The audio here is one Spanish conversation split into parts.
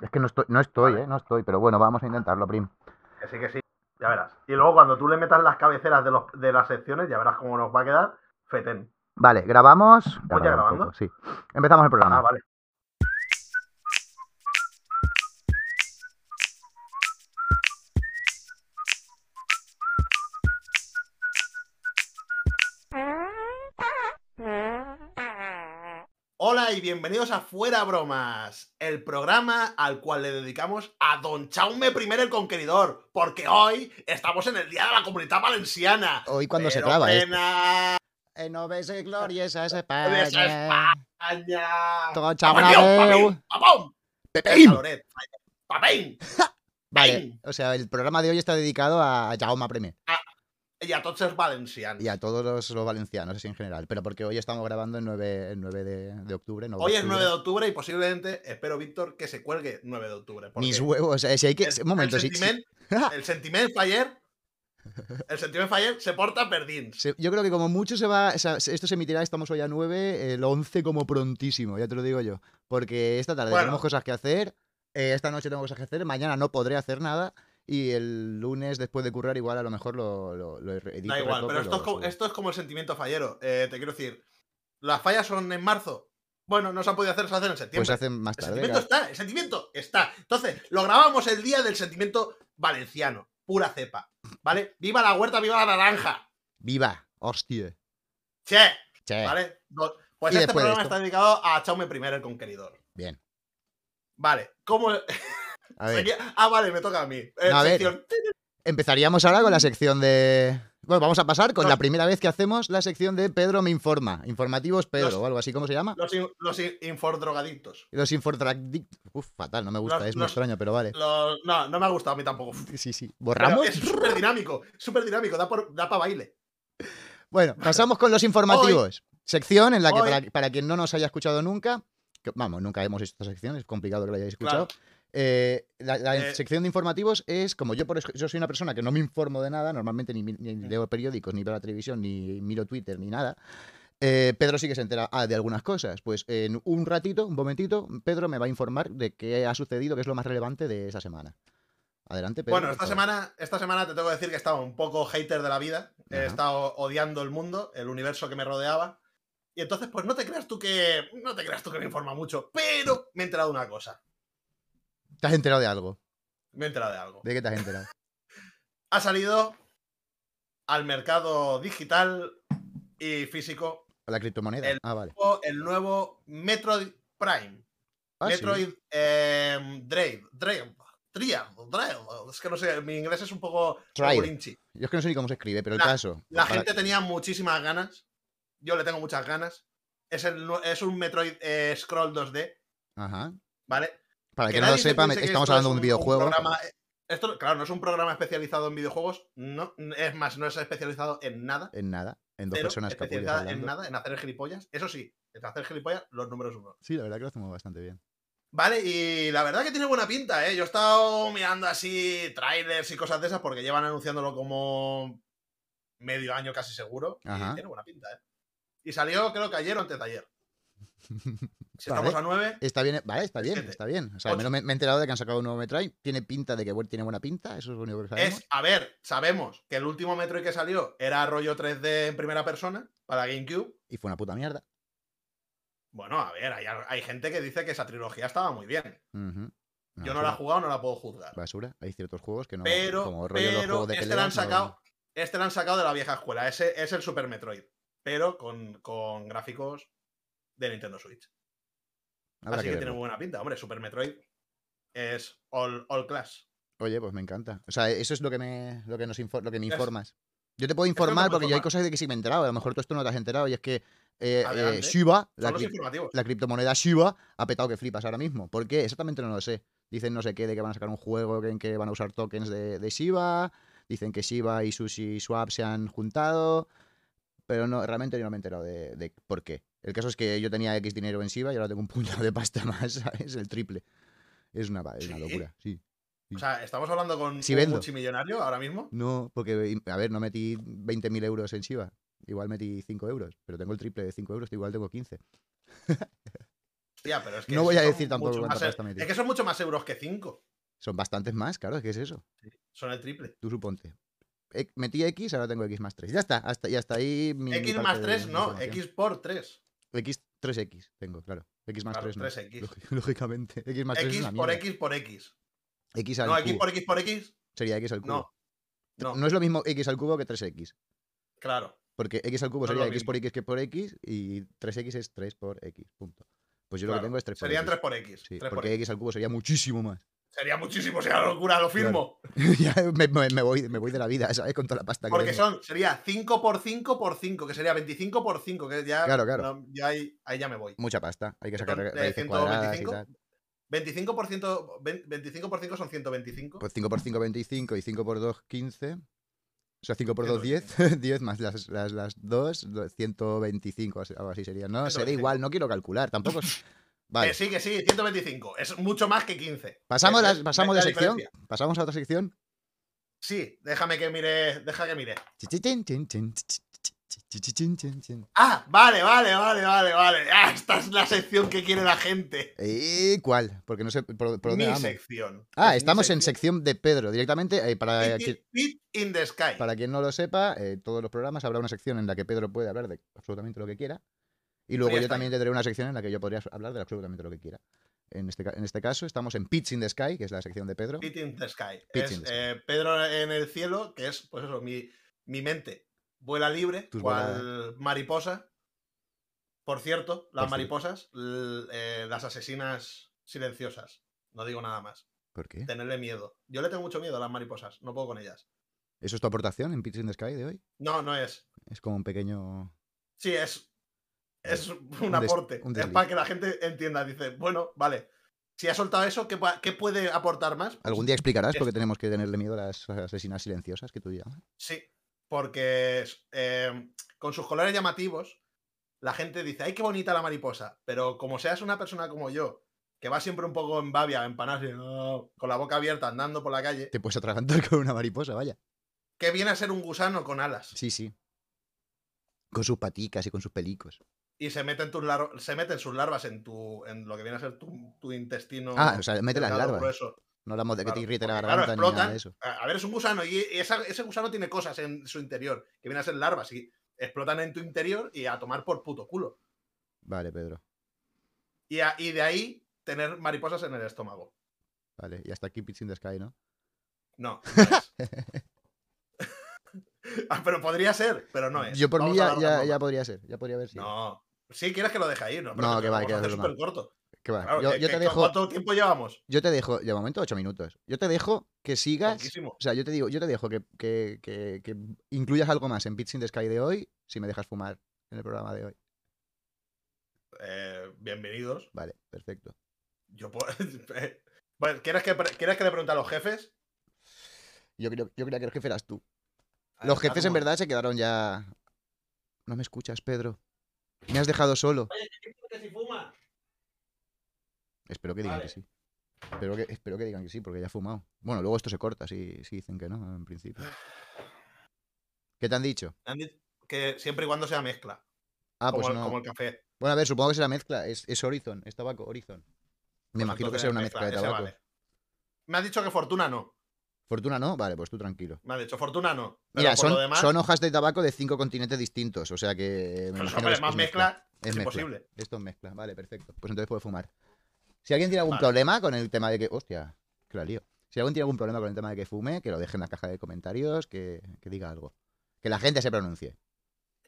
Es que no estoy, no estoy, ¿eh? No estoy, pero bueno, vamos a intentarlo, Prim. Que sí, que sí, ya verás. Y luego cuando tú le metas las cabeceras de, los, de las secciones, ya verás cómo nos va a quedar fetén. Vale, grabamos. ¿Voy Grabado ya un grabando? poco, Sí. Empezamos el programa. Ah, vale. Hola y bienvenidos a Fuera Bromas, el programa al cual le dedicamos a Don Chaume I el Conqueridor, porque hoy estamos en el Día de la Comunidad Valenciana. Hoy cuando se Pero clava, ¿eh? pena En noves y glòries a de esa Espanya. España. Tots a Bradeu. ¡Papín! ¡Papón! Pepín. Loret. ¡Papín! Vale, o sea, el programa de hoy está dedicado a Jaume I Y a todos los valencianos. y a todos los, los valencianos así en general, pero porque hoy estamos grabando el 9, el 9 de, de octubre. no Hoy es 9 de octubre. octubre y posiblemente, espero, Víctor, que se cuelgue 9 de octubre. porque Mis huevos, o sea, si hay que... el- un momento, el si- si- sentiment, el sentiment faller, el sentiment faller se porta perdins. se- yo creo que como mucho se va... o sea, se- esto se emitirá, estamos hoy a 9, el 11 como prontísimo, ya te lo digo yo. Porque esta tarde Bueno. tenemos cosas que hacer, eh, esta noche tengo cosas que hacer, mañana no podré hacer nada y el lunes después de currar igual a lo mejor lo, lo, lo edito, Da retoco igual, pero y esto lo es, como, este subo. esto es como el sentimiento fallero. Eh, te quiero decir, las fallas son en marzo. Bueno, no se han podido hacer, se hacen en septiembre. Pues hacen más el tarde. sentimiento está, el sentimiento está. Entonces, lo grabamos el día del sentimiento valenciano, pura cepa. ¿Vale? ¡Viva la huerta, viva la naranja! Viva, hostia. ¡Che! Che, ¿Vale? Do- Pues Eh. Y este después de programa esto. está dedicado a Chaume I el Conqueridor. Bien. Vale, ¿cómo.? a ver. Ah, vale, me toca a mí. Eh, No, a ver. sección- Empezaríamos ahora con la sección de. Bueno, vamos a pasar con No. la primera vez que hacemos la sección de Pedro me informa. Informativos Pedro Los- o algo así, ¿cómo se llama? Los, in- los in- infordrogadictos. Los infortradict. Uf, fatal, no me gusta, Los- es muy los- extraño, pero vale. Los- No, no me ha gustado a mí tampoco. Sí, sí. Pero ¿Borramos? Es súper dinámico, súper dinámico, da, por- da para baile. Bueno, pasamos con los informativos. sección en la que, hoy- para, para quien no nos haya escuchado nunca, que- vamos, nunca hemos hecho esta sección, es complicado que la hayáis escuchado. Eh, la la Eh, sección de informativos es, como yo, por, eso- yo soy una persona que no me informo de nada, normalmente ni, mi- ni Mm. leo periódicos, ni veo la televisión, ni miro Twitter, ni nada. eh, Pedro sí que se entera ah, de algunas cosas. Pues en un ratito, un momentito, Pedro me va a informar de qué ha sucedido, qué es lo más relevante de esa semana. Adelante, Pedro. bueno, por esta favor. semana, esta semana te tengo que decir que estaba un poco hater de la vida. Ajá. He estado odiando el mundo, el universo que me rodeaba. Y entonces, pues no te creas tú que. No te creas tú que me informa mucho. Pero me he enterado de una cosa. ¿Te has enterado de algo? Me he enterado de algo. ¿De qué te has enterado? Ha salido al mercado digital y físico ¿La criptomoneda? El- Ah, vale. el nuevo Metroid Prime. Ah, sí. Metroid eh, Dread, Dread, Dread, Dread. Es que no sé, mi inglés es un poco Trial. regulinchi. Yo es que no sé ni cómo se escribe, pero el La- caso. La para- gente tenía muchísimas ganas. Yo le tengo muchas ganas. Es, el nue- es un Metroid eh, Scroll 2D, Ajá. ¿vale? Para el que, Que no lo nadie se sepa, me- piense que estamos esto hablando es de un videojuego. programa- eh, esto, claro, no es un programa especializado en videojuegos. No, es más, no es especializado en nada. En nada. En dos Cero, personas capullas especializada en hablando. nada, en hacer gilipollas. Eso sí, en hacer gilipollas, los números uno. Sí, la verdad que lo hacemos bastante bien. Vale, y la verdad que tiene buena pinta, ¿eh? Yo he estado mirando así trailers y cosas de esas porque llevan anunciándolo como medio año casi seguro. Ajá. Y tiene buena pinta, ¿eh? Y salió creo que ayer o antes de ayer. Si estamos Vale. a 9, Está bien, vale, está bien, Siete, está bien. O sea, al menos me, me he enterado de que han sacado un nuevo Metroid. Tiene pinta de que bu- tiene buena pinta, eso es lo único que sabemos. es, a ver, sabemos que el último Metroid que salió era rollo 3D en primera persona para GameCube. Y fue una puta mierda. Bueno, a ver, hay, hay gente que dice que esa trilogía estaba muy bien. Ujú. Una Yo no la he basura, jugado, no la puedo juzgar. Basura. Hay ciertos juegos que no. pero, como rollo los pero juegos de este pelea, lo han no- sacado este lo han sacado de la vieja escuela ese es el Super Metroid pero con, con gráficos de Nintendo Switch Habrá así que que, verlo. tiene buena pinta hombre Super Metroid es all, all class Oye, pues me encanta. O sea, eso es lo que me, lo que nos infor- lo que me Es- informas. Yo te puedo que no me informar puedo porque yo hay informar. cosas de que sí me he enterado. A lo mejor tú esto no te has enterado y es que eh, eh, Adelante. Shiba, la, son los cri- informativos la criptomoneda Shiba, ha petado que flipas ahora mismo. ¿Por qué? Exactamente no lo sé. Dicen no sé qué, de que van a sacar un juego que- en que van a usar tokens de, de Shiba. Dicen que Shiba y Sushi Swap se han juntado. Pero no, realmente yo no me he enterado de, de por qué. El caso es que yo tenía X dinero en Shiba y ahora tengo un puñado de pasta más, ¿sabes? El triple. Es una, es una ¿Sí? locura, sí. o sea estamos hablando con Sí, un vendo. multimillonario ahora mismo No, porque, a ver, no metí 20.000 euros en Shiba. Igual metí 5 euros, pero tengo el triple de 5 euros, igual tengo 15. Hostia, pero es que. No voy esos a son decir tampoco mucho cuánto más e- cuesta mi Es ticket. que son mucho más euros que 5. Son bastantes más, claro, es que es eso. Son el triple. Tú suponte. E- Metí X, ahora tengo X más 3. Ya está, hasta, y hasta ahí mi. mi X parte más de 3, no. información. X por 3. X 3X tengo, claro. X más Claro, 3 no. 3X. Lógi- Lógicamente. X más 3 es X una por mierda. X por X. X al No, X cubo. por X por X. Sería X al cubo. No. No, no. es lo mismo X al cubo que 3X. claro. Porque X al cubo No es lo sería X mismo. por X que por X y 3X es 3 por X. Punto. Pues yo lo claro. que tengo es 3 por Serían X. 3 por X. Sí, 3 por porque X. X al cubo sería muchísimo más. Sería muchísimo, sería una locura, lo firmo. Ya me, me- me voy, me voy de la vida, ¿sabes? Con toda la pasta que Porque tengo. son, sería 5 por 5 por 5, que sería 25 por 5, que ya. Claro, claro. no, ya ahí, ahí ya me voy. Mucha pasta. Hay que sacar Entonces, de raíces cuadradas y 125, tal. 25 por 25 por 5 son 125. Pues 5 por 5, 25 y 5 por 2, 15. O sea, 5 por 2, 10. 10 más las, las, las 2, 125 así- algo así sería. No, será 125. igual, no quiero calcular, tampoco. es- Vale, Que Eh, sí, que sí, 125. Es mucho más que 15. pasamos, Eh, las- eh, pasamos de la sección. diferencia. Pasamos a otra sección. Sí, déjame que mire. Deja que mire. Chichichín, chin, chin, chichichín, chin, chin. Ah, vale, vale, vale, vale, vale. Ah, esta es la sección que quiere la gente. ¿Y cuál? Porque no sé por, por dónde Mi vamos. sección. Ah, Es mi estamos en sección de Pedro directamente. eh, para, Pit- quien, Pit in the sky. para quien no lo sepa, eh, todos los programas habrá una sección en la que Pedro puede hablar de absolutamente lo que quiera. Y luego Podría yo estar también tendré una sección en la que yo podría hablar de absolutamente lo que quiera. En este, ca- en este caso, estamos en Pits in the Sky, que es la sección de Pedro. Pit in the sky. Pit es in the sky. eh, Pedro en el cielo, que es, pues eso, mi, mi mente vuela libre, Tus cual mariposa. Por cierto, las Por cierto. mariposas, l- eh, las asesinas silenciosas. No digo nada más. ¿Por qué? Tenerle miedo. Yo le tengo mucho miedo a las mariposas, no puedo con ellas. ¿Eso es tu aportación en Pits in the Sky de hoy? No, no es. Es como un pequeño... Sí, es. Es un des- aporte. un es desliz. para que la gente entienda. Dice, bueno, vale. Si ha soltado eso, ¿qué, pa- qué puede aportar más? Pues ¿Algún día explicarás por qué Esto. tenemos que tenerle miedo a las asesinas silenciosas que tú llamas? Sí, porque eh, con sus colores llamativos, la gente dice, ¡ay, qué bonita la mariposa! Pero como seas una persona como yo, que va siempre un poco en babia, en panas, y, "Ah", con la boca abierta andando por la calle, Te puedes atragantar con una mariposa, vaya. que viene a ser un gusano con alas Sí, sí. Con sus paticas y con sus pelicos. y se meten, tus lar- se meten sus larvas en, tu, en lo que viene a ser tu, tu intestino. Ah, o sea, mete las delgado, larvas. grueso. No hablamos de que te Claro, irrite la porque, garganta ni nada explotan. de eso. A a ver, es un gusano y y esa- ese gusano tiene cosas en su interior, que vienen a ser larvas y explotan en tu interior y a tomar por puto culo. Vale, Pedro. Y, a- y de ahí tener mariposas en el estómago. Vale, y hasta aquí Pits in the Sky, ¿no? No. no es. Ah, pero podría ser, pero no es. Yo por Vamos mí a ya, darnos ya, broma. ya podría ser, ya podría haber sido. No. Sí, quieres que lo deje ahí, ¿no? No, que va, que es es broma. súper corto. Que va, yo, yo te dejo, ¿Cuánto tiempo llevamos? yo te dejo, de momento ocho minutos. Yo te dejo que sigas, Poquísimo. o sea, yo te digo, yo te dejo que, que- que- que incluyas algo más en Pits in the Sky de hoy, si me dejas fumar en el programa de hoy. Eh, bienvenidos. Vale, perfecto. Yo puedo... Bueno, ¿quieres que, pre- ¿quieres que le pregunte a los jefes? Yo creo, yo creía que el jefe eras tú. Ah, Los está jefes en como- verdad se quedaron ya. No me escuchas, Pedro. Me has dejado solo. Que si fuma. Espero que digan Vale. que sí. Espero que, espero que digan que sí, porque ya ha fumado. Bueno, luego esto se corta si, si dicen que no, en principio. ¿Qué te han dicho? Han dicho que siempre y cuando sea mezcla. Ah, como, pues el- no. como el café. Bueno, a ver, supongo que será mezcla. Es, es Horizon, es tabaco, Horizon. Me Pues imagino que entonces será es una mezcla de ese tabaco. vale. Me ha dicho que fortuna no. Fortuna no, vale, pues tú tranquilo. Me ha dicho fortuna no. Pero Mira, por son, lo demás, son hojas de tabaco de cinco continentes distintos, o sea que. me pues, imagino hombre, que es- más es mezcla, Es es mezcla. imposible. Esto es mezcla, vale, perfecto. Pues entonces puede fumar. Si alguien tiene algún Vale. problema con el tema de que. Hostia, que la lío. Si alguien tiene algún problema con el tema de que fume, que lo deje en la caja de comentarios, que, que diga algo. Que la gente se pronuncie.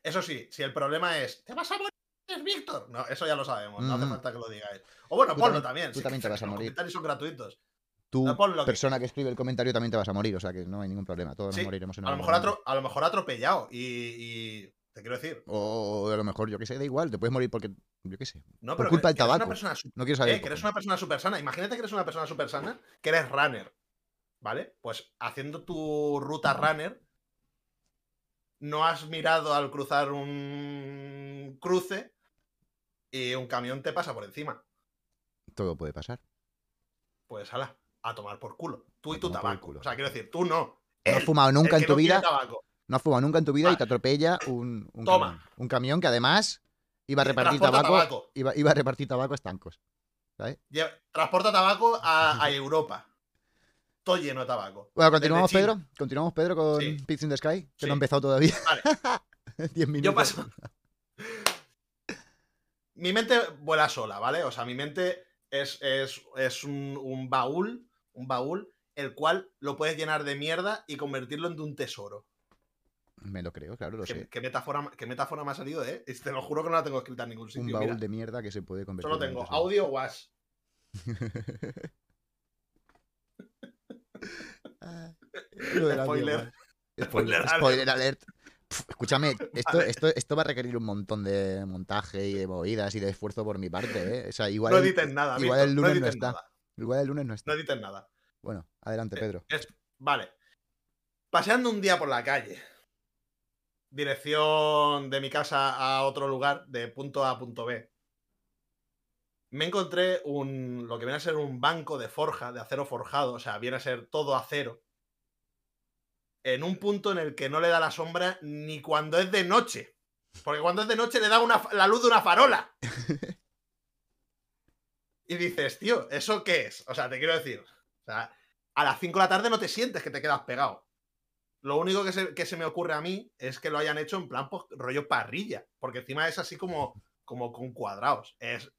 Eso sí, si el problema es, ¿te vas a morir, Víctor? No, eso ya lo sabemos, no hace Ujú. falta que lo digáis. O bueno, Mm. Tú también- ponlo también. tú sí, también te que vas a los morir. comentarios son gratuitos. Tú, No, pon lo que persona que escribe el comentario, también te vas a morir, o sea que no hay ningún problema. Todos Sí, nos moriremos en A lo, algún mejor momento. atro- a lo mejor atropellado. Y, y te quiero decir, O, o a lo mejor, yo qué sé, da igual, te puedes morir porque. Yo qué sé. no, Por pero culpa que- del que eres tabaco. Una persona su- No quiero saber. Eh, que eres una persona súper sana. Imagínate que eres una persona súper sana, que eres runner. ¿Vale? Pues haciendo tu ruta runner, no has mirado al cruzar un cruce y un camión te pasa por encima. Todo puede pasar. Pues ala, a tomar por culo. Tú A y tu tomar por el tabaco. culo. O sea, quiero decir, tú no. No Él, has fumado el nunca en que tu no tiene vida. tabaco. No has fumado nunca en tu vida y Vale. te atropella un, un Toma. camión. Un camión que además iba a repartir Transporta tabaco. tabaco. Iba, iba a repartir tabaco a estancos. ¿sabes? Lleva- transporta tabaco a, a Europa. Todo lleno de tabaco. Bueno, Desde continuamos, China. Pedro. Continuamos, Pedro, con Sí. Pizza in the Sky, que no Sí. ha empezado todavía. Vale. 10 minutos. Yo paso. Mi mente vuela sola, ¿vale? O sea, mi mente es, es, es un, un baúl, un baúl, el cual lo puedes llenar de mierda y convertirlo en un tesoro. Me lo creo, claro, lo ¿Qué, sé. qué metáfora, qué metáfora me ha salido, eh? Es- Te lo juro que no la tengo escrita en ningún sitio. Un baúl mira. de mierda que se puede convertir. Solo en tengo tesoro. audio was. Ah, lo del audio, Spoiler. guau. Spoiler, alert. spoiler alert. Pf, escúchame, esto, esto, esto va a requerir un montón de montaje y de movidas y de esfuerzo por mi parte, ¿eh? O sea, igual, No el- editen nada, igual el Víctor, lunes no editen está. nada, igual el lunes no está. no Eh. editen nada. Bueno, adelante, Pedro. Es- vale. Paseando un día por la calle, dirección de mi casa a otro lugar, de punto A a punto B, me encontré un, lo que viene a ser un banco de forja, de acero forjado, o sea, viene a ser todo acero, en un punto en el que no le da la sombra ni cuando es de noche. Porque cuando es de noche le da una, fa- la luz de una farola. Y dices, tío, ¿eso qué es? O sea, te quiero decir, o sea, a las 5 de la tarde no te sientes que te quedas pegado. Lo único que se, que se me ocurre a mí es que lo hayan hecho en plan pues, rollo parrilla, porque encima es así como, como con cuadrados. Es,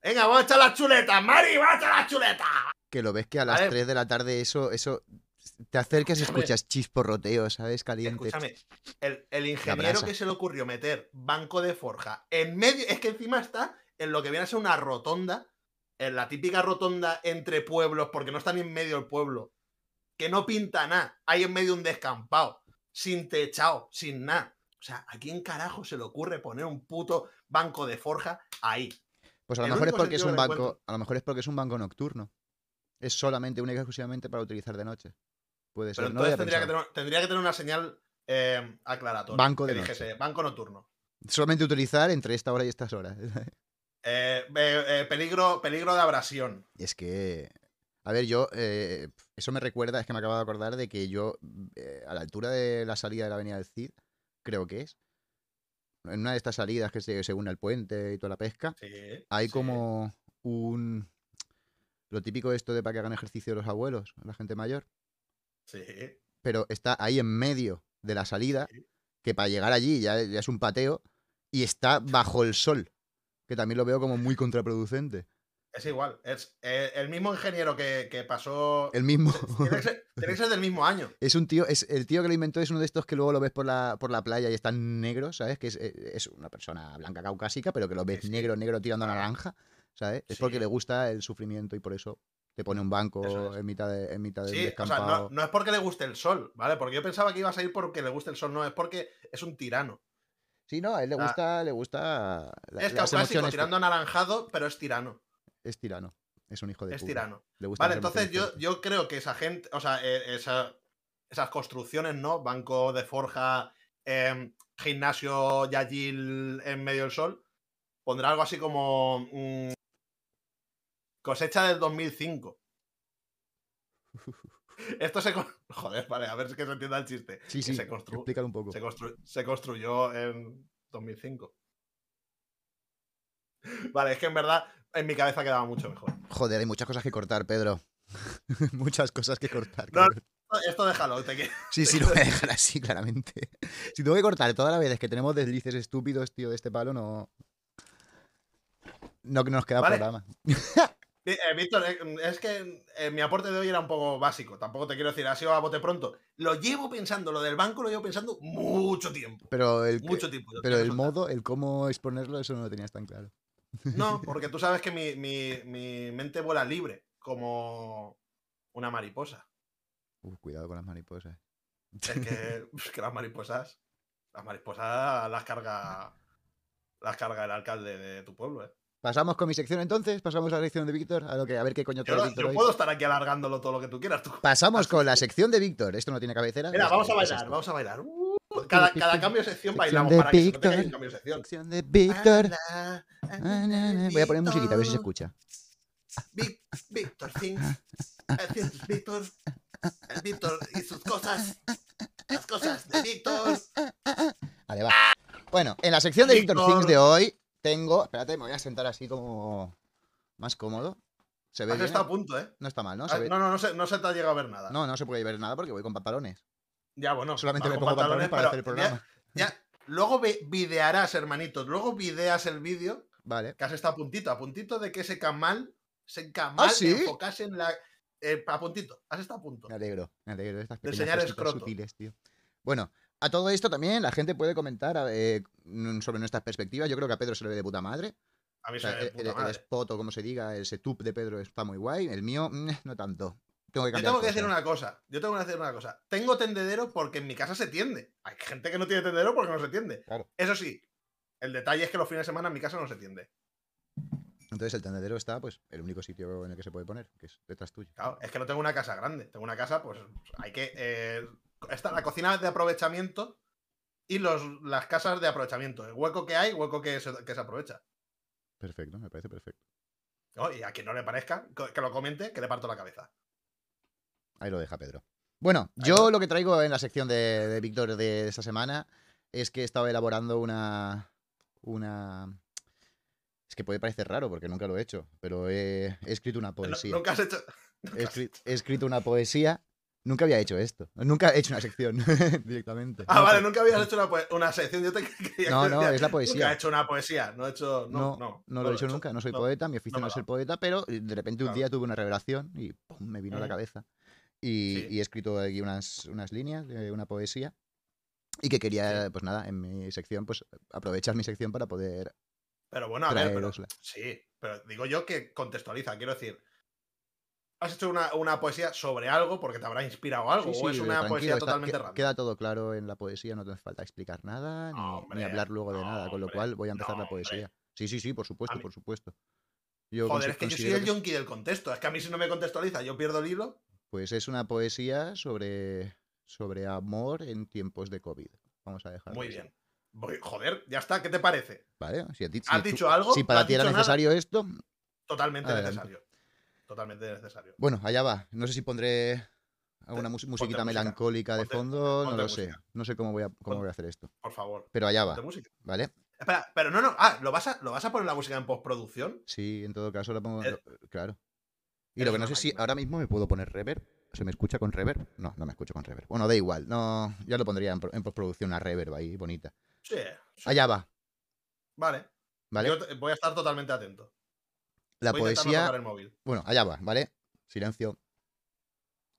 venga, vamos a echar las chuletas, Mari, vamos a echar las chuletas. Que lo ves que a las Vale. 3 de la tarde eso, eso te acercas y Escúchame. escuchas chisporroteo, ¿sabes? Caliente. Escúchame, el, el ingeniero brasa. que se le ocurrió meter banco de forja en medio, es que encima está en lo que viene a ser una rotonda, en la típica rotonda entre pueblos, porque no está ni en medio el pueblo, que no pinta nada, hay en medio un descampado, sin techado, sin nada. O sea, ¿a quién carajo se le ocurre poner un puto banco de forja ahí? Pues a lo El mejor es único porque es sentido un del banco, encuentro. a lo mejor es porque es un banco nocturno. Es solamente, única y exclusivamente para utilizar de noche. Puede ser. Pero no lo había entonces tendría, que pensado. tener, tendría que tener una señal eh, aclaratoria. Banco de que dijese, banco nocturno. Solamente utilizar entre esta hora y estas horas. Eh, eh, eh, peligro, peligro de abrasión. Es que. A ver, yo. eh, eso me recuerda, es que me acabo de acordar de que yo, eh, a la altura de la salida de la Avenida del Cid, creo que es, en una de estas salidas que se, se une al puente y toda la pesca, Sí, hay sí. como un. Lo típico esto de para que hagan ejercicio los abuelos, la gente mayor, Sí. pero está ahí en medio de la salida, que para llegar allí ya, ya es un pateo, y está bajo el sol, que también lo veo como muy contraproducente. Es igual, es eh, el mismo ingeniero que, que pasó. El mismo. Tiene que, ser, tiene que ser del mismo año. Es un tío, es el tío que lo inventó es uno de estos que luego lo ves por la, por la playa y están negros, ¿sabes? Que es, eh, es una persona blanca caucásica, pero que lo ves Sí, sí. negro, negro tirando a naranja, ¿sabes? Es porque Ah. Sí. le gusta el sufrimiento y por eso te pone un banco Eso es. en mitad de, en mitad de un Sí, o sea, descampado. no, no es porque le guste el sol, ¿vale? Porque yo pensaba que iba a salir porque le gusta el sol, no, es porque es un tirano. Sí, no, a él le sea, gusta, le gusta la- Ah. es las caucásico, emociones. tirando anaranjado, pero es tirano. Es tirano. Es un hijo de Es puta. tirano. Le gustan las Vale, entonces emociones yo, fuertes. yo creo que esa gente, o sea, eh, esa- esas construcciones, ¿no? Banco de forja, em, gimnasio Yagil en medio del sol, pondrá algo así como mm, cosecha del 2005. Esto se... con- Joder, vale, a ver si que se entienda el chiste. Sí, que sí, se constru- explícalo un poco. Se, constru- se construyó en 2005. Vale, es que en verdad en mi cabeza quedaba mucho mejor. Joder, hay muchas cosas que cortar, Pedro. muchas cosas que cortar. No, cabrón. Esto déjalo, te, que- Sí, sí, lo voy a dejar así, claramente. Si tengo que cortar todas las veces que tenemos deslices estúpidos, tío, de este palo, no. No que nos queda Vale. programa. Vi- eh, Víctor, eh, mm, es que eh, mi aporte de hoy era un poco básico. Tampoco te quiero decir, ha sido a bote pronto. Lo llevo pensando, lo del banco lo llevo pensando mucho tiempo. Pero el, Mucho tiempo. lo pero tengo el soltado. modo, el cómo exponerlo, eso no lo tenías tan claro. No, porque tú sabes que mi, mi- mi mente vuela libre, como una mariposa. Uh, cuidado con las mariposas. Es que, es que las mariposas, las mariposas las carga, las carga el alcalde de tu pueblo. ¿eh? Pasamos con mi sección entonces, pasamos a la sección de Víctor, a lo que a ver qué coño Yo, trae lo- Víctor yo hoy. puedo estar aquí alargándolo todo lo que tú quieras. Tú. Pasamos Así con la que- sección de Víctor. Esto no tiene cabecera. Mira, es- vamos a es bailar, esto. vamos a bailar. Uh, cada, cada cambio de sección bailamos de para que se note que hay Víctor. un cambio de sección. Sección de Ah, Víctor. Habla, Ah, na, na. Voy a poner musiquita a ver si se escucha. Vic- Víctor Things. Así es, Víctor. El Víctor y sus cosas. Las cosas de Víctor. Vale, va. Bueno, en la sección de Victor Víctor. Things de hoy tengo. Espérate, me voy a sentar así como. más cómodo. Se ve Has bien. estado a punto, ¿eh? No está mal, ¿no? Ah, Se ve- No, no, no se, no se te ha llegado a ver nada. No, no se puede ver nada porque voy con pantalones. Ya, bueno. Solamente vas me con pongo pantalones para hacer el pero programa. Ya, ya- luego ve- videarás, hermanitos. Luego videas el vídeo Vale. que has estado a puntito, a puntito de que ese camal, ese camal ¿Ah, sí? te enfocase en la. eh, a puntito, has estado a punto. Me alegro, me alegro de estas De pequeñas enseñar cositas escroto. sutiles, tío. Bueno, a todo esto también la gente puede comentar eh, n- sobre nuestras perspectivas. Yo creo que a Pedro se le ve de puta madre. A mí O sea, eh, se me el, ve de el- puta el madre. spot o como se diga, ese tube de Pedro está muy guay. El mío, mm, no tanto. Tengo que Yo cambiar. tengo que decir cosas. una cosa. Yo tengo que decir una cosa. Tengo tendedero porque en mi casa se tiende. Hay gente que no tiene tendedero porque no se tiende. Claro. Eso sí, el detalle es que los fines de semana en mi casa no se tiende. Entonces el tendedero está, pues, el único sitio en el que se puede poner, que es detrás tuyo. Claro, es que no tengo una casa grande. Tengo una casa, pues hay que. eh, está la cocina de aprovechamiento y los, las casas de aprovechamiento. El hueco que hay, hueco que se, que se aprovecha. Perfecto, me parece perfecto. Oh, y a quien no le parezca, co- que lo comente, que le parto la cabeza. Ahí lo deja Pedro. Bueno, yo lo que traigo en la sección de, de Víctor de esta semana es que he estado elaborando una. Una. Es que puede parecer raro porque nunca lo he hecho, pero he, he escrito una No- poesía. nunca has hecho. he, escri- he escrito una poesía. Nunca había hecho esto. Nunca he hecho una sección directamente. Ah, vale, nunca habías hecho una, poe- una sección. Yo te quería No, no, decir, es la Nunca he poesía. hecho una poesía. No he hecho. No, no, No, no lo he hecho nunca. No soy poeta, mi oficio no no, me es va. ser poeta, pero eh, de repente un Claro. día tuve una revelación y ¡pum! me vino a la Ujú. cabeza. Y, Sí. y he escrito aquí unas, unas líneas, de una poesía. Y que quería, pues nada, en mi sección, pues aprovechar mi sección para poder Pero bueno, a ver, Ah, pero, traerosla. sí, pero digo yo que contextualiza, quiero decir. Has hecho una, una poesía sobre algo porque te habrá inspirado algo, Sí, sí, o es pero una tranquilo, poesía está- totalmente que- random. Queda todo claro en la poesía, no te hace falta explicar nada, ni, No, ni hombre, hablar luego de nada, con lo hombre, cual voy a empezar no, la hombre. poesía. Sí, sí, sí, por supuesto, mí- por supuesto. Yo Joder, consi- es que yo soy considero el que es- yonki del contexto. Es que a mí si no me contextualiza, yo pierdo el hilo. Pues es una poesía sobre, sobre amor en tiempos de COVID. Vamos a dejarlo. Muy así. bien. Voy- joder, ya está, ¿qué te parece? Vale, si a ti- si ¿Has tú- dicho algo? si ¿No para has ti era dicho nada? necesario esto, Totalmente Adelante. necesario. Totalmente necesario. bueno, allá va. No sé si pondré alguna mus- musiquita música, melancólica de ponte- fondo, no ponte lo sé. música. No sé cómo voy a cómo Ponte- voy a hacer esto. Por favor. Pero allá de va, música. ¿vale? Espera, pero no, no. Ah, ¿lo vas a, lo vas a poner la música en postproducción? Sí, en todo caso la pongo. Eres- lo- Claro. Y lo eres que no Eh, una sé si máquina. ahora mismo me puedo poner reverb. ¿Se me escucha con reverb? No, no me escucho con reverb. Bueno, da igual. No, ya lo pondría en, pro- en postproducción una reverb ahí, bonita. Sí. sí. Allá va, Vale. ¿vale? Yo te- voy a estar totalmente atento. la Voy a intentar no poesía. tocar el móvil. Bueno, allá va, ¿vale? Silencio.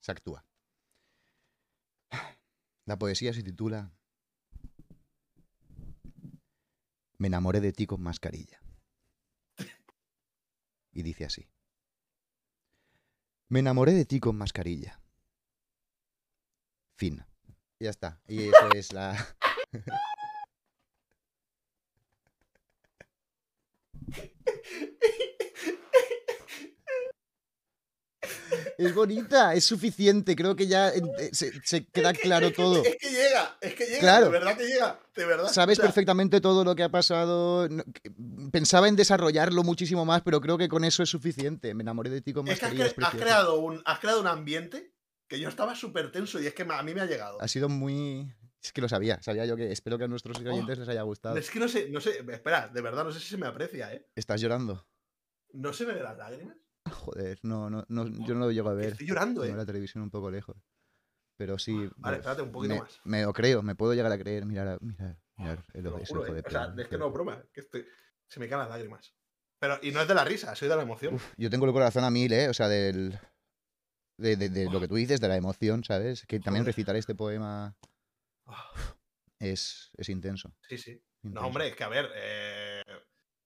Se actúa. La poesía se titula Me enamoré de ti con mascarilla. Y dice así. Me enamoré de ti con mascarilla. Fin. Ya está. Y eso es la... Es bonita, es suficiente. Creo que ya eh, se, se queda claro todo. Es que llega, es que llega. Claro. De verdad que llega. De verdad. Sabes O sea, perfectamente todo lo que ha pasado. no- que- mm, Pensaba en desarrollarlo muchísimo más, pero creo que con eso es suficiente. Me enamoré de ti con Es que has, mascarilla. cre- es has precioso. creado un, has creado un ambiente que yo estaba súper tenso y es que ma- a mí me ha llegado. Ha sido muy. Es que lo sabía, sabía yo que. Espero que a nuestros Oh, oyentes les haya gustado. Es que no sé, no sé, espera, de verdad no sé si se me aprecia, ¿eh? ¿Estás llorando? ¿No se me ven las lágrimas? Joder, no, no, no yo no lo llego a ver. Oh, Estoy llorando, Tengo ¿eh? Ah, la televisión un poco lejos. Pero sí. Vale, bueno, espérate un poquito me, más. me lo creo, me puedo llegar a creer. Mirar, mirar, mirar el Te lo ojo- ese juro, ojo ¿eh? de O sea, perro, es ese que no es ojo. broma, que estoy- se me caen las lágrimas. Pero, y no es de la risa, soy de la emoción. Uf, yo tengo el corazón a mil, ¿eh? O sea, del. De, de- de lo que tú dices, de la emoción, ¿sabes? Que también Joder. recitar este poema Ah, es, es intenso. Sí, sí. No, intenso. hombre, es que a ver, eh,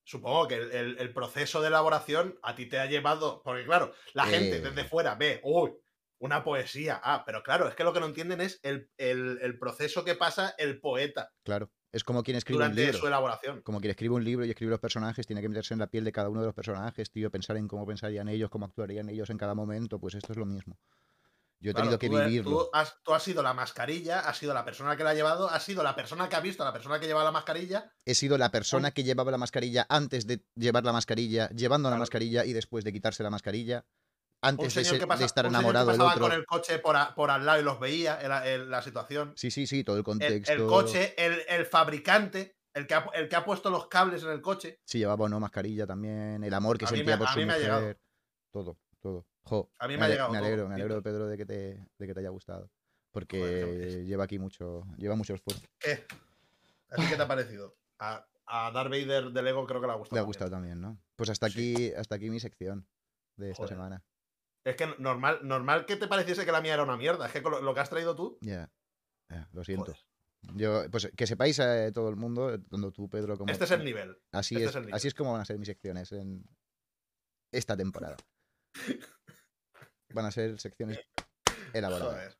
supongo que el, el- el proceso de elaboración a ti te ha llevado, porque claro, la gente Eh. desde fuera ve, uy, una poesía, ah, pero claro, es que lo que no entienden es el, el- el proceso que pasa el poeta Claro. Es como quien escribe un durante libro. su elaboración. Como quien escribe un libro y escribe los personajes, tiene que meterse en la piel de cada uno de los personajes, tío, pensar en cómo pensarían ellos, cómo actuarían ellos en cada momento. Pues esto es lo mismo. Yo he Claro, tenido que tú, eh, vivirlo. Tú has, tú has sido la mascarilla, has sido la persona que la ha llevado, has sido la persona que ha visto, a la persona que lleva la mascarilla. He sido la persona que llevaba la mascarilla antes de llevar la mascarilla, llevando la Claro. mascarilla y después de quitarse la mascarilla, Un antes de, señor ser- que, de pasa- estar un señor que enamorado del pasaba otro. con el coche por, a- por al lado y los veía, el- el- la situación. Sí, sí, sí, todo el El, contexto. el coche, el, el fabricante, El que, ha, el que ha puesto los cables en el coche. Si llevaba o no mascarilla también, el amor que A mí sentía me- por a su mí me ha llegado. mujer. Todo, todo. Jo, A mí me ha ale- llegado Me todo, alegro, me alegro, Víctor. Pedro, de que te, de que te haya gustado. Porque Joder, qué bonito. lleva aquí mucho, lleva mucho esfuerzo. ¿Qué? eh, ¿A ti qué te ha parecido? A, a Darth Vader de Lego creo que le ha gustado. Le ha también. gustado también, ¿no? Pues hasta Sí. aquí, hasta aquí mi sección de esta Joder. semana. Es que normal, normal que te pareciese que la mía era una mierda. Es que con lo, lo que has traído tú. Ya. ya, lo siento. joder. Yo, pues que sepáis eh, todo el mundo, eh, tanto tú, Pedro, como. Este es el nivel. Así, este es, es el nivel. así es como van a ser mis secciones en esta temporada. Van a ser secciones elaboradas. Eh, Joder.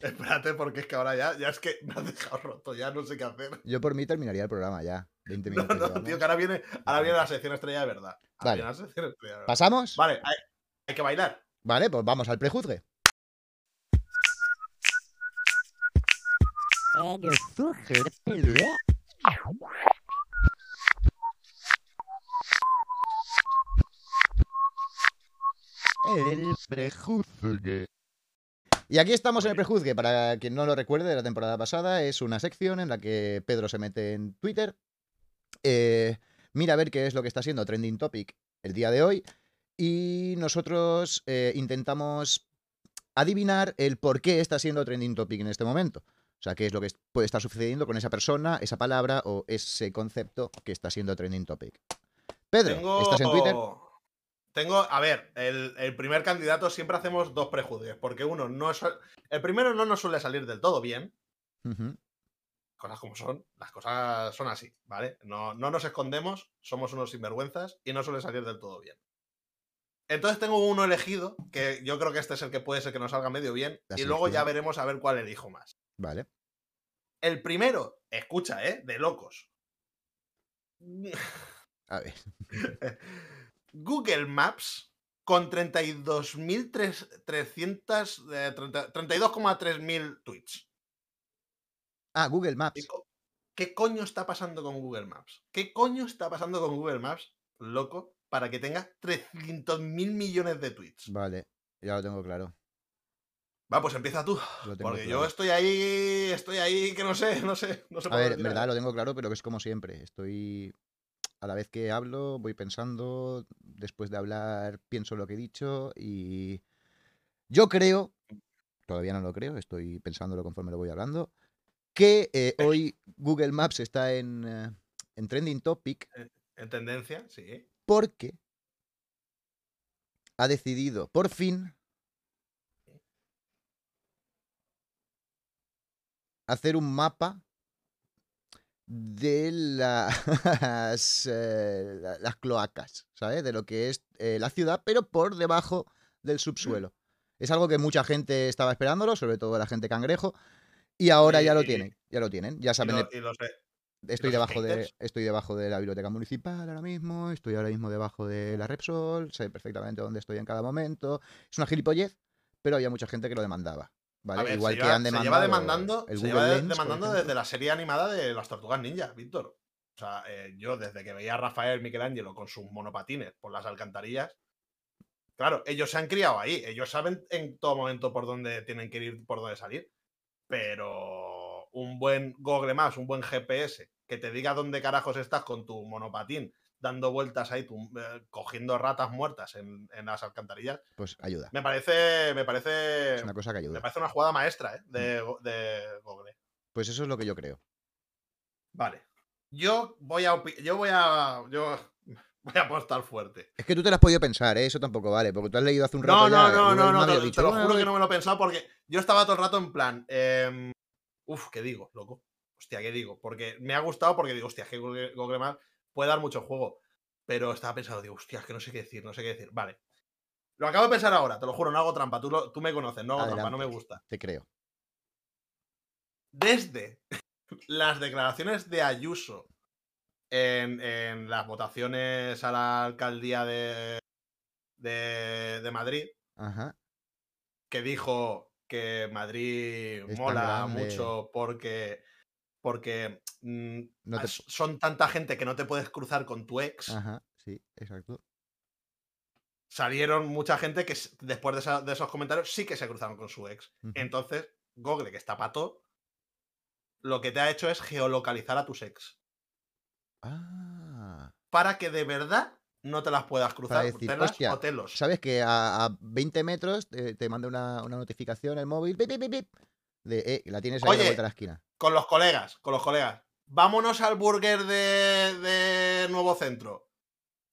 Espérate, porque es que ahora ya, ya es que me has dejado roto, ya no sé qué hacer. Yo por mí terminaría el programa ya. 20 No, minutos. no, llevamos. tío, que ahora viene, ahora viene la sección estrella de verdad. Ahora Vale. viene la sección estrella de verdad. ¿Pasamos? Vale, hay, hay que bailar. Vale, pues vamos al prejuzgue. El prejuzgue. Y aquí estamos en el Muy bien. prejuzgue. Para quien no lo recuerde, de la temporada pasada es una sección en la que Pedro se mete en Twitter, eh, mira a ver qué es lo que está siendo trending topic el día de hoy y nosotros eh, intentamos adivinar el por qué está siendo trending topic en este momento. O sea, qué es lo que es- puede estar sucediendo con esa persona, esa palabra o ese concepto que está siendo trending topic. Pedro, Tengo. ¿estás en Twitter? Tengo, a ver, el, el primer candidato siempre hacemos dos prejuzgues, porque uno no es. El primero no nos suele salir del todo bien, Ujú. cosas como son, las cosas son así, ¿vale? No, no nos escondemos, somos unos sinvergüenzas y no suele salir del todo bien. Entonces tengo uno elegido, que yo creo que este es el que puede ser que nos salga medio bien, La y luego ya selección. veremos a ver cuál elijo más. Vale. El primero, escucha, ¿eh? De locos. A ver. Google Maps con 32.300, eh, 30 32,3 mil tweets. Ah, Google Maps. ¿Qué, co- qué coño está pasando con Google Maps? ¿Qué coño está pasando con Google Maps, loco, para que tenga 300.000 millones de tweets? Vale, ya lo tengo claro. Va, pues empieza tú. Lo Mm. tengo Porque claro. yo estoy ahí, estoy ahí, que no sé, no sé, no sé A por ver, dónde en tirar. verdad lo tengo claro, pero que es como siempre. Estoy. A la vez que hablo, voy pensando. Después de hablar, pienso lo que he dicho. Y. Yo creo. Todavía no lo creo, estoy pensándolo conforme lo voy hablando. Que eh, hoy Google Maps está en, eh, en Trending Topic En tendencia, sí. porque ha decidido por fin hacer un mapa de la- las, eh, la- las cloacas, ¿sabes? De lo que es eh, la ciudad, pero por debajo del subsuelo. Es algo que mucha gente estaba esperándolo, sobre todo la gente cangrejo, y ahora ya lo Y- tienen, ya lo tienen, ya Y saben lo- el y los- Estoy los debajo, de, skaters? estoy debajo de la biblioteca municipal ahora mismo, estoy ahora mismo debajo de la Repsol, sé perfectamente dónde estoy en cada momento. Es una gilipollez, pero había mucha gente que lo demandaba. ¿vale? a ver, Igual se que lleva- han se lleva demandado. demandando, el se Google lleva Lens, por demandando ejemplo. desde la serie animada de las Tortugas Ninja, Víctor. O sea, eh, yo desde que veía a Rafael Michelangelo con sus monopatines por las alcantarillas, claro, ellos se han criado ahí, ellos saben en todo momento por dónde tienen que ir, por dónde salir, pero un buen Google Maps, un buen GPS que te diga dónde carajos estás con tu monopatín, dando vueltas ahí, tum- eh, cogiendo ratas muertas en, en las alcantarillas, Pues ayuda. me parece, me parece Es una cosa que ayuda. me parece una jugada maestra, ¿eh? De, Mm. Go- de Google. Pues eso es lo que yo creo. Vale. Yo voy a opi- yo voy a. Yo voy a apostar fuerte. Es que tú te lo has podido pensar, ¿eh? eso tampoco vale, porque tú has leído hace un rato. No, no, ya, no, Google no, no, Maps te, había te dicho, lo "Ah, juro que voy". no me lo he pensado porque yo estaba todo el rato en plan. em, uf, ¿qué digo, loco? Hostia, ¿qué digo? Porque me ha gustado porque digo, hostia, es que Google, Google Maps puede dar mucho juego. Pero estaba pensando, digo, hostia, es que no sé qué decir, no sé qué decir. Vale. Lo acabo de pensar ahora, te lo juro, no hago trampa. Tú, lo- tú me conoces, no hago trampa, no me Adelante. gusta. Te creo. desde las declaraciones de Ayuso en, en las votaciones a la alcaldía de, de, de Madrid, Ajá. que dijo que Madrid Es tan mola grande. mucho porque, porque mm, No te- Ah. as- son tanta gente que no te puedes cruzar con tu ex. Ajá. Sí, exacto. Salieron mucha gente que s- después de, esa- de esos comentarios sí que se cruzaron con su ex. Ujú. Entonces, Google, que está pato, lo que te ha hecho es geolocalizar a tus ex. Ah. para que de verdad no te las puedas cruzar, Para decir, telas "Hostia, o telos. Sabes que a, a 20 metros eh, te manda una, una notificación al móvil. bip, bip, bip, bip, de, eh, la tienes ahí a la Oye. vuelta de la esquina. Con los colegas, con los colegas. Vámonos al burger de, de Nuevo Centro.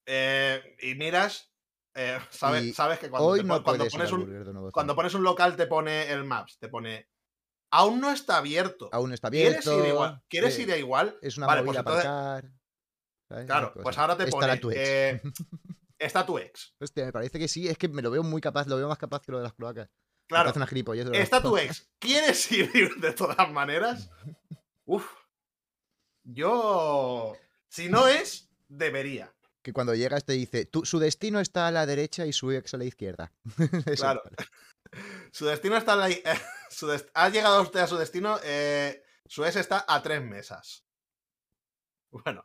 Eh, y miras, eh, sabes, Y sabes que cuando, Hoy te no pon- cuando puedes ir pones al un, burger de nuevo. cuando Centro. pones un local te pone el Maps, te pone... Aún no está abierto. Aún no está ¿Quieres abierto. ir igual? ¿Quieres eh, ir a igual? Es una Vale, movida pues entonces- aparcar. ¿sabes? Claro, Esas cosas. pues ahora te Estará pone... tu ex. eh, está tu ex. Hostia, me parece que sí. Es que me lo veo muy capaz. Lo veo más capaz que lo de las cloacas. Me Claro. parece una gilipollez, de verdad. Está tu ex. ¿Quieres ir de todas maneras? Uf. Yo. Si no es, debería. Que cuando llegas te dice, "Tú- su destino está a la derecha y su ex a la izquierda. Eso, Claro. vale. Su destino está. en la- eh, su dest- Ha llegado usted a su destino. eh, su ex está a tres mesas. Bueno,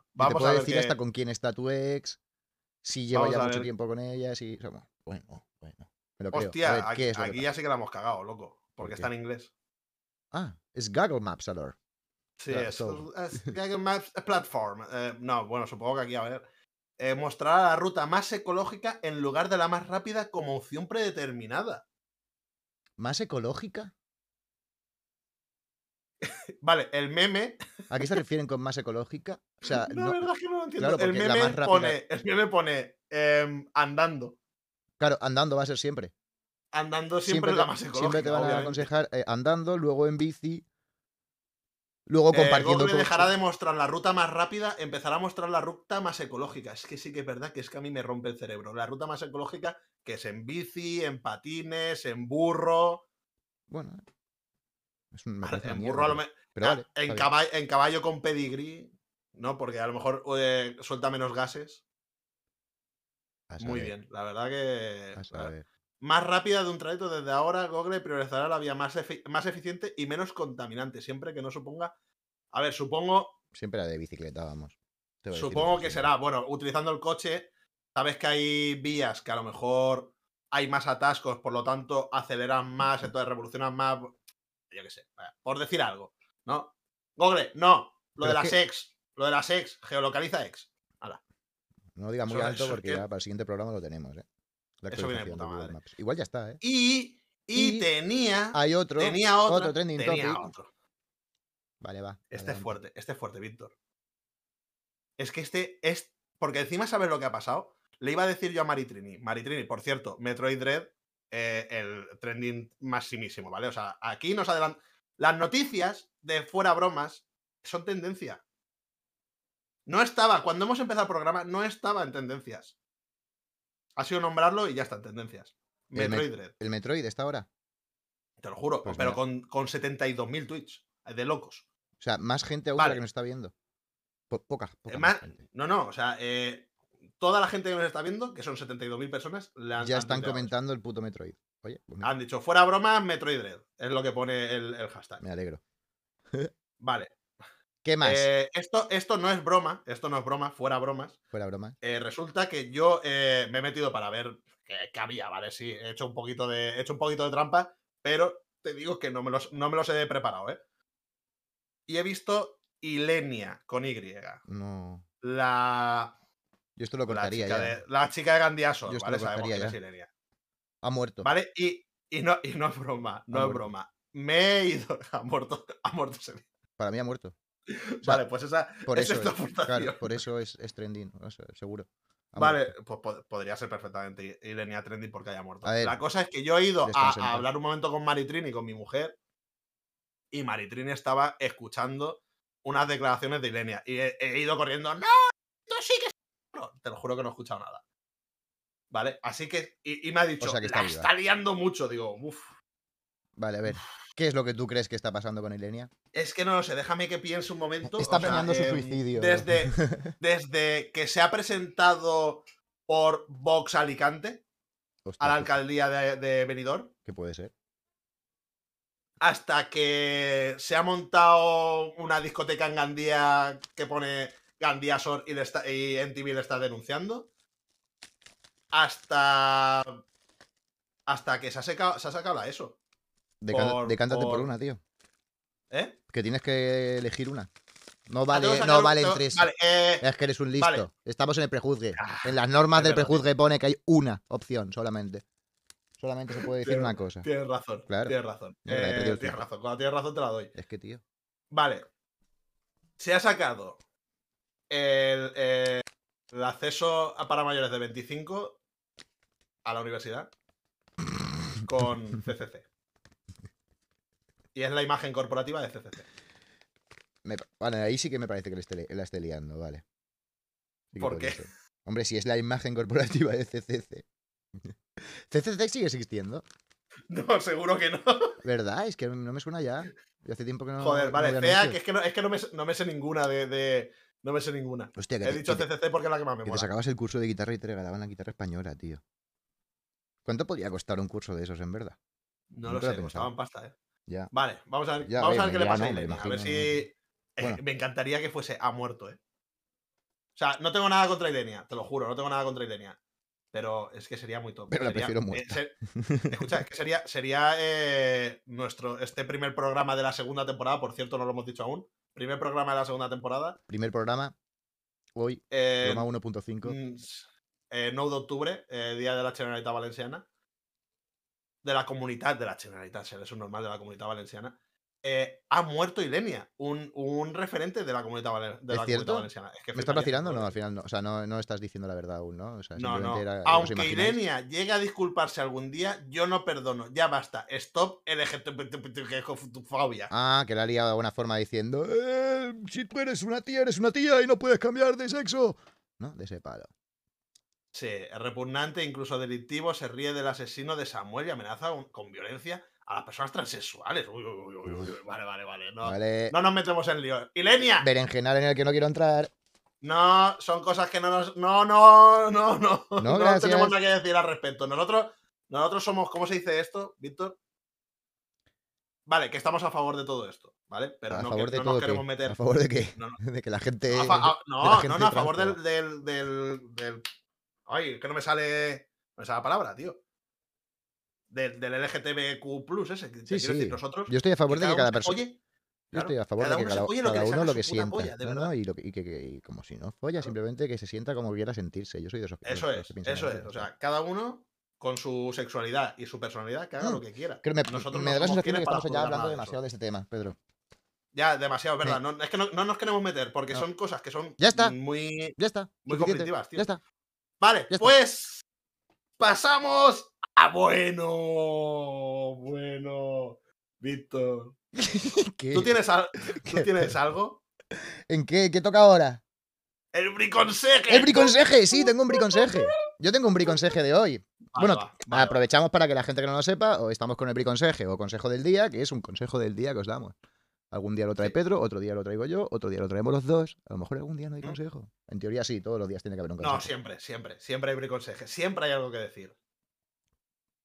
Y te vamos a puedo ver. decir qué- hasta con quién está tu ex, si lleva Vamos ya a mucho ver. tiempo con ella, si... Bueno, bueno, bueno. Me lo creo. A Hostia, ver, aquí, ¿qué es lo que aquí pasa? ya sí que la hemos cagado, loco. Porque qué? está en inglés. Ah, es Google Maps alors. Sí, eh, Claro, es, so- es Google Maps Platform. Eh, no, bueno, supongo que aquí, a ver. Eh, mostrará la ruta más ecológica en lugar de la más rápida como opción predeterminada. ¿Más ecológica? Vale, el meme. ¿A qué se refieren con más ecológica? O sea, La Ah, no- verdad es que no lo entiendo. Claro, el, porque la meme más rápida- pone, el meme pone em, andando. claro, andando va a ser siempre. Andando siempre, es te- la más ecológica. siempre te van a obviamente. aconsejar eh, andando, luego en bici, luego Eh, compartiendo Google coche. dejará de mostrar la ruta más rápida, empezará a mostrar la ruta más ecológica. Es que sí que es verdad que es que a mí me rompe el cerebro. La ruta más ecológica que es en bici, en patines, en burro. Bueno, eh, es un, me Vale, parece una en mierda, burro a lo pero- me- pero Ah, vale, está en, bien. caballo, en caballo con pedigrí, ¿no? Porque a lo mejor eh, suelta menos gases. A Muy saber, bien, la verdad que. a ah, saber. Más rápida de un trayecto desde ahora, Google priorizará la vía más, efi- más eficiente y menos contaminante, siempre que no suponga. A ver, supongo, Siempre la de bicicleta, vamos. Te voy a decir supongo eso, que sí. será, bueno, utilizando el coche, sabes que hay vías que a lo mejor hay más atascos, por lo tanto aceleran más, entonces revolucionan más, yo qué sé, vaya, por decir algo, ¿no? Google, no, Pero lo de es las que- ex, lo de las ex, geolocaliza ex, No lo diga muy Eso- alto eso es porque que- ya para el siguiente programa lo tenemos, ¿eh? La Eso viene de actualización puta Google madre. Maps. Igual ya está, ¿eh? y, y, Y tenía, Hay otro. tenía otra, otro trending tenía topic. otro. Vale, va. Este es adelante. fuerte, este es fuerte, Víctor. Es que este es. Porque encima sabes lo que ha pasado. Le iba a decir yo a Maritrini. Maritrini, por cierto, Metroid Dread, eh, el trending maximísimo, ¿vale? O sea, aquí nos adelantan. Las noticias de fuera bromas son tendencia. No estaba, cuando hemos empezado el programa, no estaba en tendencias. Ha sido nombrarlo y ya está en tendencias. El Met- Metroid Dread, El Metroid está ahora. te lo juro, Pues pero mira. con, con 72.000 tweets, eh, de locos. O sea, más gente aún de la Vale. que nos está viendo. Po- poca, poca Eh, más más- gente. no, no, o sea, eh, toda la gente que nos está viendo, que son 72.000 personas, le han, Ya han están tuiteado eso. comentando el puto Metroid. Oye, pues mira, Han dicho, fuera bromas, Metroid Dread. Es lo que pone el, el hashtag. me alegro. Vale. ¿Qué más? Ah, eh, esto, esto no es broma, esto no es broma, fuera bromas. Fuera broma. Eh, resulta que yo eh, me he metido para ver qué, qué había, ¿vale? Sí, he hecho un poquito de, he hecho un poquito de trampa, pero te digo que no me los, no me los he preparado, ¿eh? Y he visto Ilenia con Y. No. La, Yo esto lo la, cortaría chica, ya. de, la chica de Gandhiaso, Yo esto ¿vale? lo Sabemos cortaría quién es ya. Ilenia. Ha muerto. ¿Vale? Y, y no, y no es broma, no Ha es muerto. broma. Me he ido. Ha muerto, ha muerto ese día. Para mí ha muerto. sea, Vale, pues esa Por esa eso. es tu es- aportación. claro, por eso es, es trending. o sea, seguro. Ha Vale, muerto. pues po- podría ser perfectamente Ilenia Trendy porque haya muerto. A ver, La cosa es que yo he ido a, descansa en a paz. hablar un momento con Maritrini, con mi mujer, y Maritrini estaba escuchando unas declaraciones de Ilenia. Y he, he ido corriendo, ¡No! ¡Tú sí que es negro". Te lo juro que no he escuchado nada. ¿Vale? Así que, y, y me ha dicho, sea que está "La viva". está liando mucho. Digo, uff, Vale, a ver. ¿Qué es lo que tú crees que está pasando con Ilenia? Es que no lo sé, déjame que piense un momento. Está o sea, planeando su em, suicidio. Desde, desde que se ha presentado por Vox Alicante a la Hostia, ¿qué- alcaldía de, de Benidorm, ¿Qué puede ser? hasta que se ha montado una discoteca en Gandía que pone Gandía Sor y, le está, y NTV le está denunciando, hasta, hasta que se ha, secado- se ha sacado la E ESO. Decanta- Por- decántate por por- una, tío. ¿Eh? Que tienes que elegir una. No Ah, tengo que vale, sacar no un- valen tengo- tres. Vale, eh, Es que eres un listo. Vale. Estamos en el prejuzgue. Ah, En las normas es del verdad. prejuzgue pone que hay una opción solamente. Solamente se puede decir Claro. una cosa. tienes razón. Claro. Tienes razón. Es verdad, he perdido Eh, el tienes tiempo. razón. Cuando tienes razón te la doy. Es que, tío. Vale. Se ha sacado el, eh, el acceso a- para mayores de 25 a la universidad con CCC. Y es la imagen corporativa de CCC. Me pa- vale, ahí sí que me parece que le esté li- la esté liando, vale. Sí que ¿Por puede qué? ser. Hombre, si es la imagen corporativa de CCC. CCC sigue existiendo, No, seguro que no. ¿verdad? Es que no me suena ya. Yo hace tiempo que no. Joder, no vale. veo CEA, anuncios. que es que no, es que no me, sé- no me sé ninguna de, de- No me sé ninguna. Hostia, que, He te- dicho que te- CCC porque es la que más me que te mola. sacabas el curso de guitarra y te regalaban la guitarra española, tío. ¿Cuánto podría costar un curso de esos, en verdad? No lo nunca lo he sé, pensado. costaban pasta, eh. Ya. Vale, vamos a ver, Ya, vamos a venga, ver qué le ya pasa a no, me Irene. A ver imagino. si. Eh, Bueno. Me encantaría que fuese a muerto, ¿eh? O sea, no tengo nada contra Ilenia, te lo juro, no tengo nada contra Ilenia. Pero es que sería muy top. Pero la Sería- prefiero eh, muerta. ser- escucha, es que sería, sería eh, nuestro, este primer programa de la segunda temporada, por cierto, no lo hemos dicho aún. Primer programa de la segunda temporada. Primer programa, hoy, eh, programa 1.5. mm, s- eh, 9 de octubre, eh, Día de la Generalitat Valenciana. De la comunidad de la Generalitat, ser es un normal de la comunidad valenciana. eh, ha muerto Ilenia, un, un referente de la comunidad, vale- de ¿Es la Comunitat cierto? valenciana. Es que ¿Me estás fliparías, vacilando? joder. No, al final no. O sea, no, no estás diciendo la verdad aún, ¿no? O sea, No, no. simplemente era- ¿os Aunque imagináis? Irenia llegue a disculparse algún día, yo no perdono. Ya basta. Stop LGTBQ-fobia. Ah, que la ha liado de alguna forma diciendo "Eh, Si tú eres una tía, eres una tía y no puedes cambiar de sexo. No, de ese palo. Sí, es repugnante, incluso delictivo, se ríe del asesino de Samuel y amenaza un- con violencia a las personas transexuales. Uy, uy, uy, uy, uy, uy. Vale, vale, vale. No, Vale. no nos metemos en lío. ¡Ilenia! Berenjenar en el que no quiero entrar. No, son cosas que no nos. No, no, no, no. No, gracias. tenemos nada que decir al respecto. Nosotros, nosotros somos. ¿Cómo se dice esto, Víctor? Vale, que estamos a favor de todo esto, ¿vale? Pero ¿A no, que- favor de no todo nos qué? queremos meter. ¿A favor de qué? No, De que la gente. A fa- a- no, la no, gente no, a favor trans, del, del, del, del- Ay, que no me sale. No me sale la palabra, tío. Del, del LGTBQ, ese. que te Sí, quiero decir, sí. nosotros. Yo estoy a favor de que cada persona. Oye, Yo estoy a favor de que cada, cada uno lo que sienta. de no, no, verdad. y, lo que, y que- que- y como si no folla, Claro. simplemente que se sienta como quiera sentirse. Yo soy de esos de Eso los que es, piensan eso así, es. ya O está. sea, cada uno con su sexualidad y su personalidad que haga Mm. lo que quiera. Creo que me, nosotros me no da la somos sensación de quienes que para estamos ya juzgar hablando nada de demasiado de este tema, Pedro. Ya, demasiado, es ¿verdad? Sí. No, es que no, no nos queremos meter porque No. son cosas que son Ya está. muy. Ya está. Muy suficiente, conflictivas, tío. Ya está. Vale, está. pues pasamos a bueno. Bueno, Víctor. ¿Qué? ¿Tú tienes, al- ¿tú ¿Qué? tienes algo? ¿En qué? ¿Qué toca ahora? El briconseje. ¡El briconseje! Sí, tengo un briconseje. Yo tengo un briconseje de hoy. Vale, Bueno, va, vale, aprovechamos para que la gente que no lo sepa, o estamos con el briconseje o consejo del día, que es un consejo del día que os damos. Algún día lo trae Sí. Pedro, otro día lo traigo yo, otro día lo traemos los dos. A lo mejor algún día no hay Mm. consejo. En teoría sí, todos los días tiene que haber un consejo. No, siempre, siempre, siempre hay briconseje. Siempre hay algo que decir.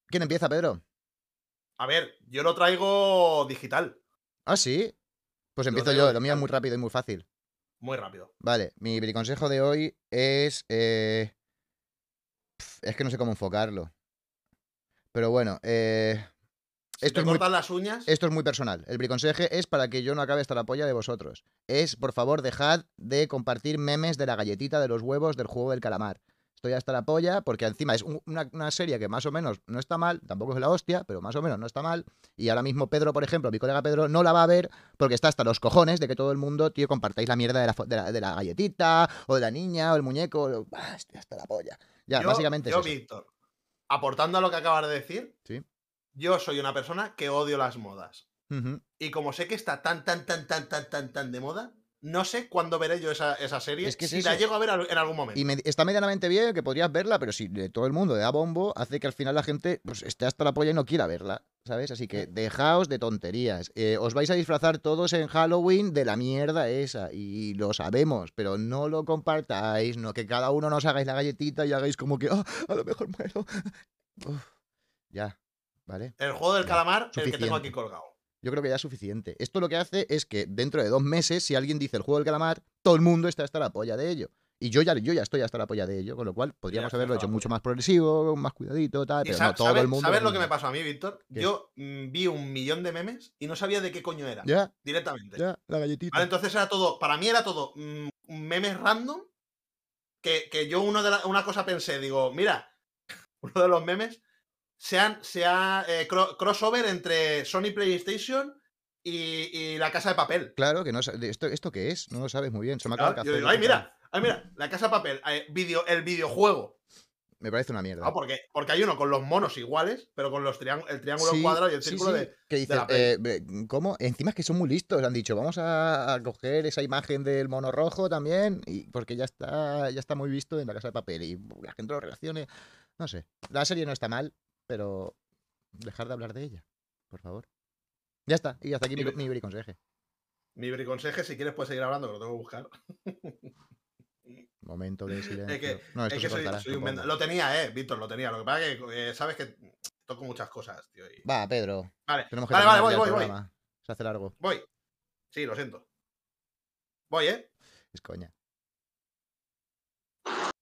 ¿Quién empieza, Pedro? A ver, yo lo traigo digital, Ah, sí. Pues Yo empiezo traigo yo, lo mío es digital. muy rápido y muy fácil. muy rápido. Vale, mi briconsejo de hoy es. eh, pf, es que no sé cómo enfocarlo. Pero bueno, eh, Si Esto te es muy- cortan las uñas. esto es muy personal. El briconseje es para que yo no acabe hasta la polla de vosotros. Es, por favor, dejad de compartir memes de la galletita de los huevos del juego del calamar. Estoy hasta la polla porque encima es un- una, una serie que más o menos no está mal, tampoco es la hostia, pero más o menos no está mal. Y ahora mismo Pedro, por ejemplo, mi colega Pedro, no la va a ver porque está hasta los cojones de que todo el mundo, tío, compartáis la mierda de la, fo- de la, de la galletita o de la niña o el muñeco. o- Ah, estoy hasta la polla. Ya, yo, básicamente yo, es eso. Víctor, aportando a lo que acabas de decir, Sí. yo soy una persona que odio las modas. Ujú. Y como sé que está tan, tan, tan, tan, tan, tan, tan de moda, no sé cuándo veré yo esa, esa serie. Es que es si la eso. llego a ver al- en algún momento. Y me- está medianamente bien que podrías verla, pero si de todo el mundo le da bombo, hace que al final la gente pues, esté hasta la polla y no quiera verla, ¿sabes? Así que dejaos de tonterías. Eh, os vais a disfrazar todos en Halloween de la mierda esa, y lo sabemos, pero no lo compartáis, no que cada uno nos hagáis la galletita y hagáis como que, "Ah, a lo mejor muero. Uf, ya, ¿vale? El juego del Ya, calamar, el que tengo suficiente. aquí colgado. Yo creo que ya es suficiente. Esto lo que hace es que dentro de dos meses, si alguien dice el juego del calamar, todo el mundo está hasta la polla de ello. Y yo ya, yo ya estoy hasta la polla de ello, con lo cual podríamos estás haberlo hasta hecho la mucho más progresivo, más cuidadito, tal, Y pero sa- no, todo sabe- el mundo. ¿Sabes lo que me pasó a mí, Víctor? ¿Qué? Yo mm, vi un millón de memes y no sabía de qué coño era, Ya, directamente. ya, la galletita. Vale, entonces era todo, para mí era todo mm, memes random, que, que yo uno de la- una cosa pensé, digo, mira, uno de los memes sea, sea eh, crossover entre Sony PlayStation y, y la casa de papel. Claro que no sa- de esto, ¿esto qué es? No lo sabes muy bien. Se me acaba Claro, de Yo hacer digo, la ay, puta- mira, ay, mira, la casa de papel, eh, video, el videojuego. Me parece una Ah, mierda. porque, porque hay uno con los monos iguales, pero con los triángu- el triángulo Sí, cuadrado y el sí, círculo sí, de. que dices, la peli. eh, ve- ¿cómo? Encima es que son muy listos, han dicho, vamos a, a coger esa imagen del mono rojo también, y porque ya está, ya está muy visto en la casa de papel, y la gente lo relacione. No sé. La serie no está mal, pero dejar de hablar de ella, por favor. Ya está, y hasta aquí mi, Y ve- mi briconseje. Mi briconseje, si quieres, puedes seguir hablando, que lo tengo que buscar. Momento de silencio. que- no, esto Es se que soy- cortará, soy un supongo. menda- Lo tenía, eh, Víctor, lo tenía. Lo que pasa es que eh, sabes que toco muchas cosas, tío. y- Va, Pedro. Vale, Tenemos que vale, vale, terminar ya voy, el voy, voy. programa. Se hace largo. Voy. Sí, lo siento. Voy, eh. Es coña.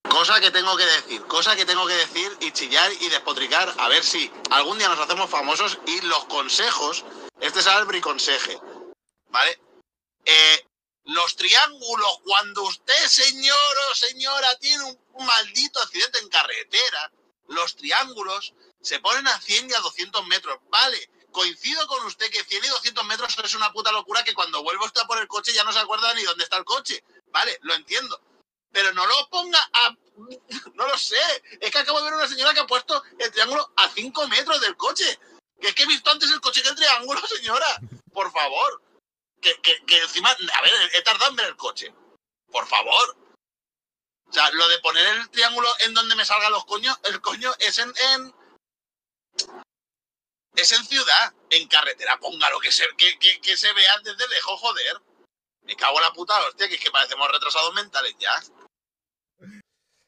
Cosa que tengo que decir, cosa que tengo que decir y chillar y despotricar, a ver si algún día nos hacemos famosos y los consejos, este es el briconseje, ¿vale? Eh, los triángulos, cuando usted, señor o señora, tiene un- un maldito accidente en carretera, los triángulos se ponen a 100 y a 200 metros, ¿vale? Coincido con usted que 100 y 200 metros es una puta locura que cuando vuelvo usted a por el coche ya no se acuerda ni dónde está el coche, ¿vale? Lo entiendo pero no lo ponga a... No lo sé. Es que acabo de ver una señora que ha puesto el triángulo a 5 metros del coche. Que es que he visto antes el coche que el triángulo, señora. Por favor. Que, que- que encima... A ver, he tardado en ver el coche. Por favor. O sea, lo de poner el triángulo en donde me salgan los coños, el coño es en, en- Es en ciudad, en carretera, póngalo, que se, que, que- que se vea desde lejos, joder. Me cago en la puta hostia, que es que parecemos retrasados mentales ya.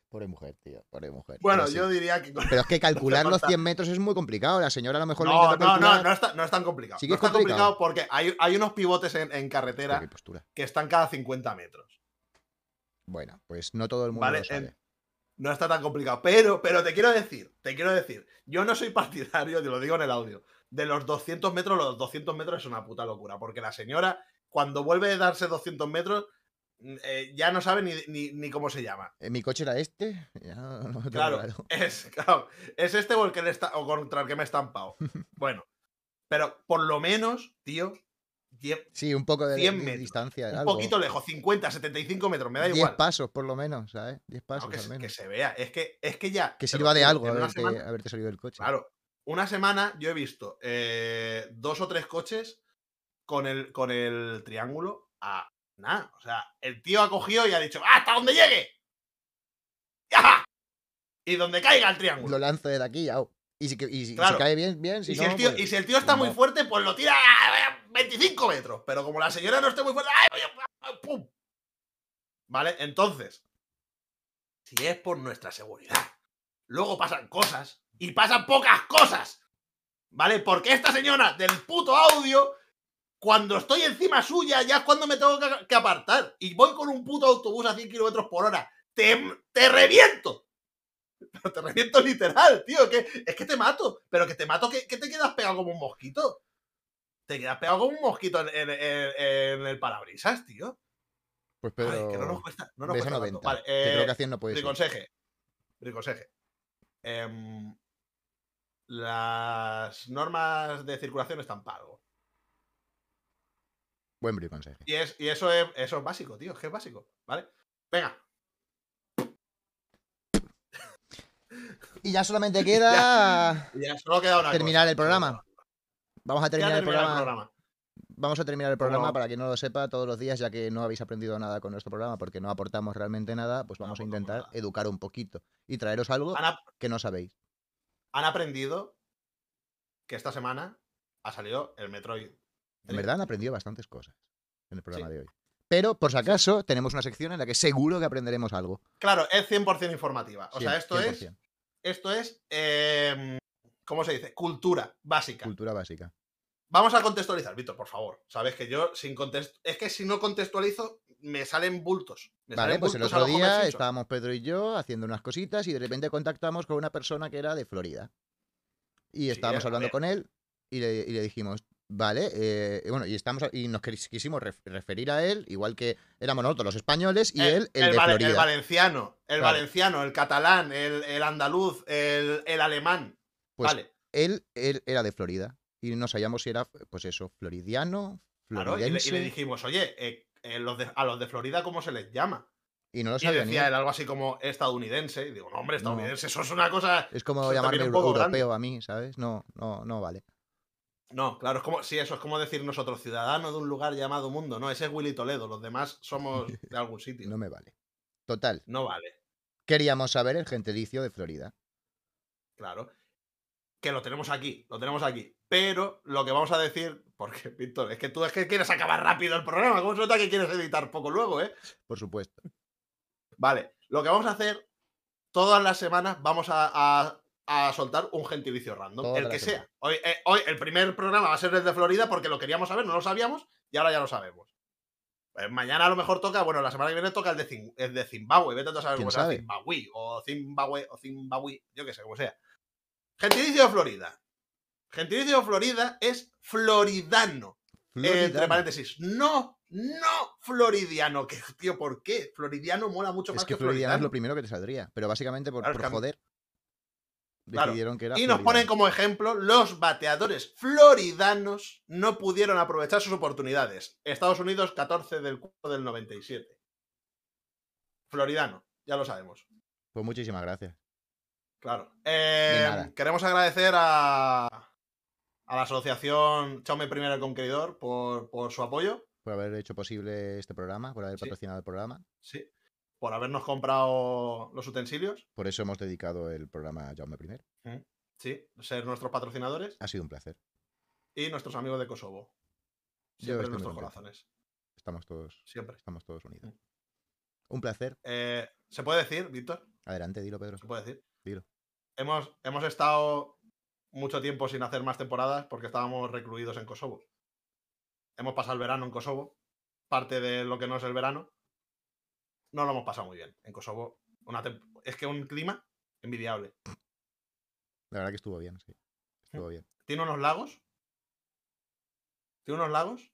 Pobre mujer, tío. Pobre mujer. Bueno, Pero sí. yo diría que. con- Pero es que calcular los falta- 100 metros es muy complicado. La señora a lo mejor lo No, intenta no, no, calcular. no, está- no es tan complicado. Sí que no es es tan complicado complicado. porque hay, hay unos pivotes en, en Pero carretera qué postura. que están cada 50 metros. Bueno, pues no todo el mundo Vale, lo sabe. en- No está tan complicado. Pero, pero te quiero decir, te quiero decir, yo no soy partidario, te lo digo en el audio, de los 200 metros, los 200 metros es una puta locura. Porque la señora, cuando vuelve a darse 200 metros, mm, eh, ya no sabe ni, ni- ni cómo se llama. Eh, Mi coche era este. Ya no, no lo tengo Claro, claro. es, claro, es este o, el que le está, o contra el que me he estampado. Bueno, pero por lo menos, tío, lle- Sí, un poco de, 100 de metros, distancia. un algo. poquito lejos, 50, 75 metros, me da 10 igual. pasos, por lo menos, ¿sabes? 10 pasos, Claro, que, al se- menos. que Que, se vea, es que, es que ya. te lo sirva de juro, algo eh, en una haberte, semana- haberte salido del coche. Claro, una semana yo he visto eh, dos o tres coches con el, con el triángulo a nada. O sea, el tío ha cogido y ha dicho, "Ah, ¡hasta donde llegue! ¡Ya! Y donde caiga el triángulo. Pues Lo lanzo desde aquí, au. Y si, que- y si- y si Claro. cae bien, bien. Si Y si, no, el tío, pues- y si el tío está muy no. fuerte, pues lo tira a 25 metros. Pero como la señora no esté muy fuerte, ¡ay, ay, ay! ¡pum! ¿Vale? Entonces, si es por nuestra seguridad, luego pasan cosas y pasan pocas cosas. ¿Vale? Porque esta señora del puto audio, cuando estoy encima suya, ya es cuando me tengo que, que apartar. Y voy con un puto autobús a 100 kilómetros por hora. ¡Te, te reviento! Pero te reviento literal, tío. Que, es que te mato. Pero que te mato que, que te quedas pegado como un mosquito. Te quedas pegado como un mosquito en, en- en- en el parabrisas, tío. Pues Ay, Pedro. que no nos cuesta. No nos ves a cuesta tanto. 90. Vale, que creo eh, que a 100 no puede ser. Briconseje. Briconseje. Em, las normas de circulación están pago. Buen briconseje. Y, es, y eso, es, eso es básico, tío. Es que es básico. ¿Vale? Venga. Y ya solamente queda Ya solo queda una terminar cosa. el programa. Vamos a Queda terminar el programa. el programa. Vamos a terminar el programa Como- para que no lo sepa todos los días, ya que no habéis aprendido nada con nuestro programa porque no aportamos realmente nada, pues No vamos a aportamos intentar nada. educar un poquito y traeros algo Han, ap- que no sabéis. han aprendido que esta semana ha salido el Metroid. En verdad han aprendido bastantes cosas en el programa Sí. de hoy. Pero, por si acaso, tenemos una sección en la que seguro que aprenderemos algo. Claro, es 100% informativa. O sea, Cien- esto es, 100%. esto es, em, ¿cómo se dice? Cultura básica. Cultura básica. Vamos a contextualizar, Víctor, por favor. Sabes que yo sin contexto. Es que si no contextualizo, me salen bultos. Me Vale, salen pues el bultos a otro los Homer día Simpson. estábamos Pedro y yo haciendo unas cositas y de repente contactamos con una persona que era de Florida. Y estábamos a hablando ver. con él y le, y le dijimos, vale, eh, y bueno, y, estamos, a- y nos quis- quisimos ref- referir a él, igual que éramos nosotros los españoles y él el, de vale- Florida. Eh, el valenciano, el Claro. valenciano, el catalán, el, el andaluz, el, el alemán. Pues vale. Él, él era de Florida y no sabíamos si era, pues eso, floridiano, Claro, y, le, y le floridense, y, dijimos, oye, eh, eh, los de- a los de Florida, ¿cómo se les llama? no lo Y sabía ni decía él. él algo así como estadounidense. Y digo, no, hombre, No. estadounidense, eso es una cosa. Es como eso también llamarme un euro- poco europeo grande. a mí, ¿sabes? No, no, no vale. No, claro, es como, sí, eso es como decir nosotros, ciudadano de un lugar llamado mundo. No, ese es Willy Toledo, los demás somos de algún sitio. No No, me vale. Total, vale, queríamos saber el gentilicio de Florida. claro. Que lo tenemos aquí, lo tenemos aquí. Pero lo que vamos a decir, porque, Víctor, es que tú es que quieres acabar rápido el programa. ¿Cómo se nota que quieres editar poco luego, eh? Por supuesto. Vale, lo que vamos a hacer, todas las semanas vamos a, a- a soltar un gentilicio random, Todas el que las sea. semanas. Hoy, eh, hoy el primer programa va a ser el de Florida porque lo queríamos saber, no lo sabíamos y ahora ya lo sabemos. Pues mañana a lo mejor toca, bueno, la semana que viene toca el de, Zim- el de Zimbabue, vete tú a saber ¿Quién cómo será sabe? Zimbabue o Zimbabue o Zimbabue, yo qué sé, como sea. Gentilicio de Florida. Gentilicio de Florida es floridano. Eh, entre Floridano. paréntesis, no, no floridiano. Que, tío, ¿por qué? Floridiano mola mucho más es que que Floridiano es floridano. lo primero que te saldría, pero básicamente por, Claro, por es que a mí- joder. Claro. Decidieron que era Y nos ponen Floridano. como ejemplo, los bateadores floridanos no pudieron aprovechar sus oportunidades. Estados Unidos, 14 del 4 del 97. Floridano, ya lo sabemos. Pues muchísimas gracias. Claro. Eh, De nada. queremos agradecer a, a la asociación Chaume Primero el Conqueridor por, por su apoyo. Por haber hecho posible este programa, por haber Sí. patrocinado el programa. Sí. Por habernos comprado los utensilios. Por eso hemos dedicado el programa a Jaume I. Sí. Ser nuestros patrocinadores. Ha sido un placer. y nuestros amigos de Kosovo. Yo estoy Siempre en muy nuestros contento. corazones. Estamos todos, Siempre. estamos todos unidos. Mm. Un placer. Eh, ¿Se puede decir, Víctor? Adelante, dilo, Pedro. ¿Se puede decir? Dilo. Hemos, hemos estado mucho tiempo sin hacer más temporadas porque estábamos recluidos en Kosovo. Hemos pasado el verano en Kosovo, parte de lo que no es el verano. No lo hemos pasado muy bien. En Kosovo, una tem- es que un clima envidiable. La verdad que estuvo bien, sí. Estuvo bien. Tiene unos lagos. Tiene unos lagos.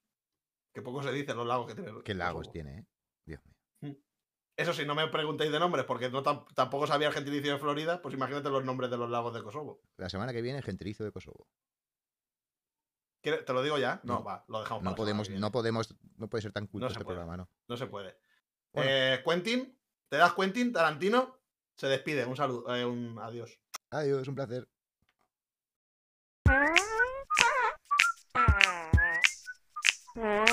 Que poco se dice los lagos que tiene. Qué lagos Kosovo. tiene, ¿eh? Dios mío. Eso sí, no me preguntéis de nombres, porque no tam- tampoco sabía el gentilicio de Florida, pues imagínate los nombres de los lagos de Kosovo. La semana que viene, el gentilicio de Kosovo. ¿Quieres- ¿Te lo digo ya? No, No. va, lo dejamos No para la semana podemos, que viene. no podemos, no puede ser tan culto No se este puede. programa, ¿no? No se puede. Bueno. Eh, Quentin, ¿te das Quentin? Tarantino, se despide. Un saludo, eh, un adiós. Adiós, un placer. Mm-hmm.